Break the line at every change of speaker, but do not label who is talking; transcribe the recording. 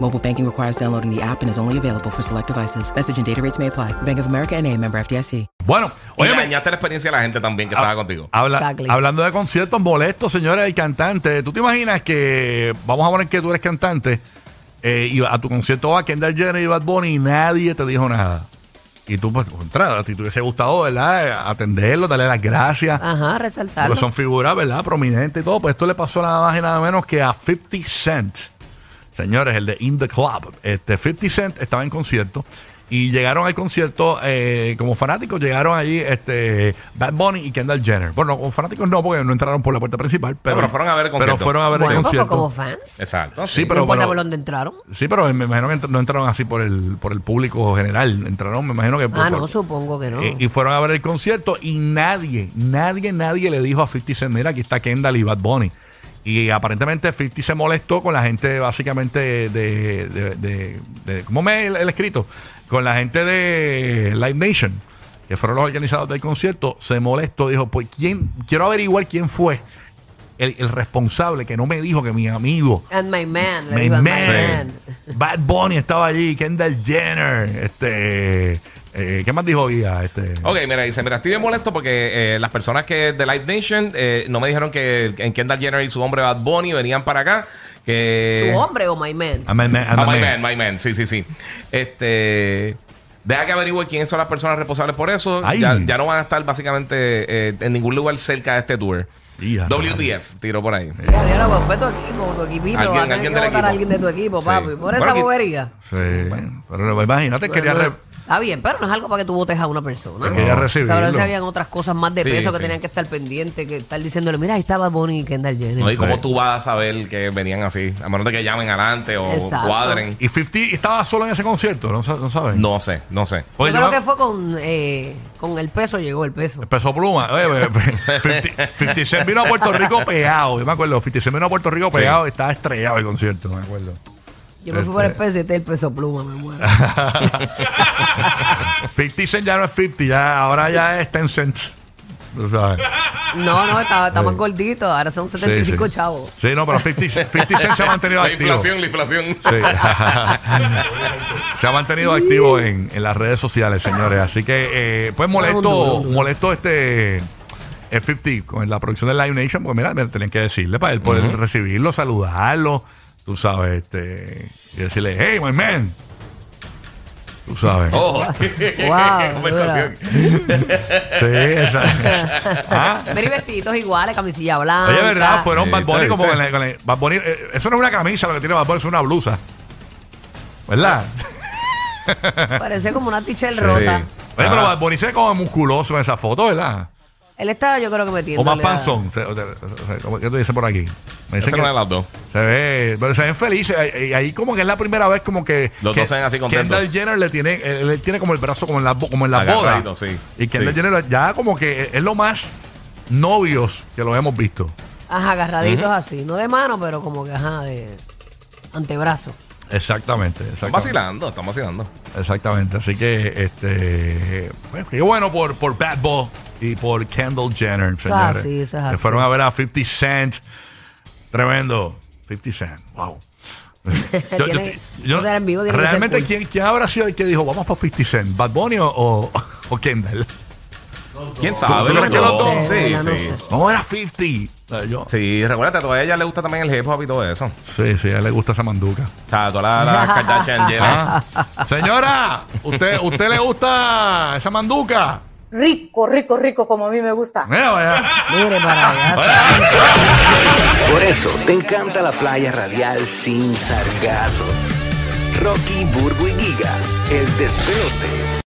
Mobile banking requires downloading the app and is only available for select devices. Message and data rates may apply. Bank of America and a member FDIC.
Bueno,
Oye,
oye,
me dañaste la experiencia de la gente también que
Ah.
estaba contigo.
habla-
Exactly.
hablando de conciertos molestos, señores, el cantante. ¿Tú te imaginas que, vamos a poner que tú eres cantante, eh, y a tu concierto va Kendall Jenner y Bad Bunny y nadie te dijo nada? Y tú, pues, entrada, si te hubiese gustado, ¿verdad? Atenderlo, darle las gracias.
Ajá, resaltarlo.
Porque son figuras, ¿verdad? Prominentes y todo. Pues esto le pasó nada más y nada menos que a 50 Cent. Señores, el de In the Club. Este 50 Cent estaba en concierto. Y llegaron al concierto, eh, como fanáticos, llegaron allí este, Bad Bunny y Kendall Jenner. Bueno, como fanáticos no, porque no entraron por la puerta principal. Pero,
pero fueron a ver el concierto.
Pero fueron a ver el
Bueno, pues, pero
concierto.
como fans.
Exacto.
Sí,
no
pero,
importa
pero-
por dónde entraron.
sí, pero me imagino que entr- no entraron así por el, por el público general. Entraron, me imagino que por,
Ah, no,
por-
supongo que no.
eh, y fueron a ver el concierto y nadie, nadie, nadie le dijo a 50 Cent, mira, aquí está Kendall y Bad Bunny. Y aparentemente 50 se molestó con la gente básicamente de... de, de- de- ¿Cómo me el, el escrito? Con la gente de Live Nation, que fueron los organizadores del concierto, se molestó, dijo, pues quién, quiero averiguar quién fue el, el responsable que no me dijo que mi amigo...
And my man, le
My
digo, and
man.
my man.
Bad Bunny estaba allí, Kendall Jenner, este... eh, ¿Qué más dijo Vía? Este,
Ok, mira, dice, mira, estoy bien molesto porque eh, las personas que de Live Nation eh, no me dijeron que en Kendall Jenner y su hombre Bad Bunny venían para acá. Que...
¿Su hombre o my man?
I'm a man, I'm
Ah,
a
my
man.
man, my man, sí, sí, sí. Este. Deja que averigüe quiénes son las personas responsables por eso.
Ay.
Ya, ya no van a estar básicamente eh, en ningún lugar cerca de este tour.
Tía,
WTF, tiro por ahí.
Ya, ya lo, pues fue tu equipo, tu equipito.
Alguien-
va a tener
alguien del
que votar a
equipo.
alguien de tu equipo,
Sí.
papi. Por
Bueno,
esa
que-
bobería.
Sí, pero imagínate, quería,
Bueno,
re-
Está bien, pero no es algo para que tú votes a una persona.
quería recibirlo.
Ahora sí habían otras cosas más de
Sí,
peso que
sí.
tenían que estar pendientes, que estar diciéndole, mira, ahí estaba Bonnie y Kendall Jenner.
No, y cómo
Sí.
tú vas a saber que venían así. A menos de que llamen adelante o
Exacto.
cuadren.
Y 50 estaba solo en ese concierto, no, sa- no saben. Pues
No sé, no sé.
Oye,
yo creo
yo-
que fue con, eh, con el peso, llegó el peso.
Peso pluma. Oye, oye, 50, 50 Cent vino a Puerto Rico pegado. Yo me acuerdo, 50 Cent vino a Puerto Rico pegado y estaba estrellado el concierto, me acuerdo.
Yo me fui por el
Este-
peso y este es el peso pluma, me muero.
50 Cent ya no es 50, ya, ahora ya es 10 cents. Tú sabes.
No, no, está, está más gordito. Ahora son
Sí,
75
sí.
chavos.
Sí, no, pero 50, 50 Cent se ha mantenido
La
activo.
inflación, la inflación.
Sí. Se ha mantenido activo en, en las redes sociales, señores. Así que, eh, pues molesto,
Un duro, un duro.
molesto este el 50 con la producción de Live Nation, porque mira, me tenían que decirle para él poder recibirlo, saludarlo, tú sabes, este, y decirle, hey, my man. Tú sabes.
Oh,
Wow,
conversación.
Sí, esa- ¿Ah?
Pero y vestiditos iguales, camisilla blanca.
Oye, verdad, fueron
Sí,
Bad Bunny
viste,
como
viste.
con la- con la- Bad Bunny, eh, Eso no es una camisa lo que tiene Bad Bunny, es una blusa. ¿Verdad? Pues-
Parece como una tichel rota.
Oye, pero
Ah.
Bad Bunny se ve como musculoso en esa foto, ¿verdad?
Él estaba, yo creo que
O
metiéndole
más
a-
panzón. Se- o- se- o- ¿cómo- ¿Qué te dice por aquí? Me
Esa
dicen
es una
que
de las dos.
se ve, pero se ven felices. Ahí, ahí como que es la primera vez como que
Los
que
dos se ven así contentos.
Kendall Jenner le tiene, él, él tiene como el brazo como en la, bo- como en la boda.
Agarradito, sí.
Y Kendall
Sí.
Jenner ya como que es- es lo más novios que lo hemos visto.
Ajá, agarraditos así. No de mano, pero como que ajá, de antebrazo.
Exactamente. exactamente.
Están vacilando, están vacilando.
Exactamente, así que este bueno, qué bueno por, por Bad Bunny y por Kendall Jenner,
Eso es
señores.
así, eso es
Se
así.
fueron a ver a 50 Cent. Tremendo. 50 Cent. Wow.
Tiene- o sea, en vivo tiene que ser
realmente
cool.
¿quién, quién habrá sido el que dijo, "Vamos por 50 Cent", Bad Bunny o, o, o Kendall?
¿Quién sabe?
¿Tú crees que los dos?
Sí,
No
sí.
sé.
Vamos a ver a 50. O sea, yo- sí.
Sí, recuerda, a ella le gusta también el hip hop y todo eso. O
sí, a él le gusta esa manduca.
sea, todas las las Kardashian llenas.
Ah, Señora, ¿usted usted le gusta esa manduca?
rico, rico, rico, como a mí me gusta.
Mira, vaya.
Mire para allá.
Por eso te encanta la playa radial sin sargazo. Rocky, Burbu y Giga, el despelote.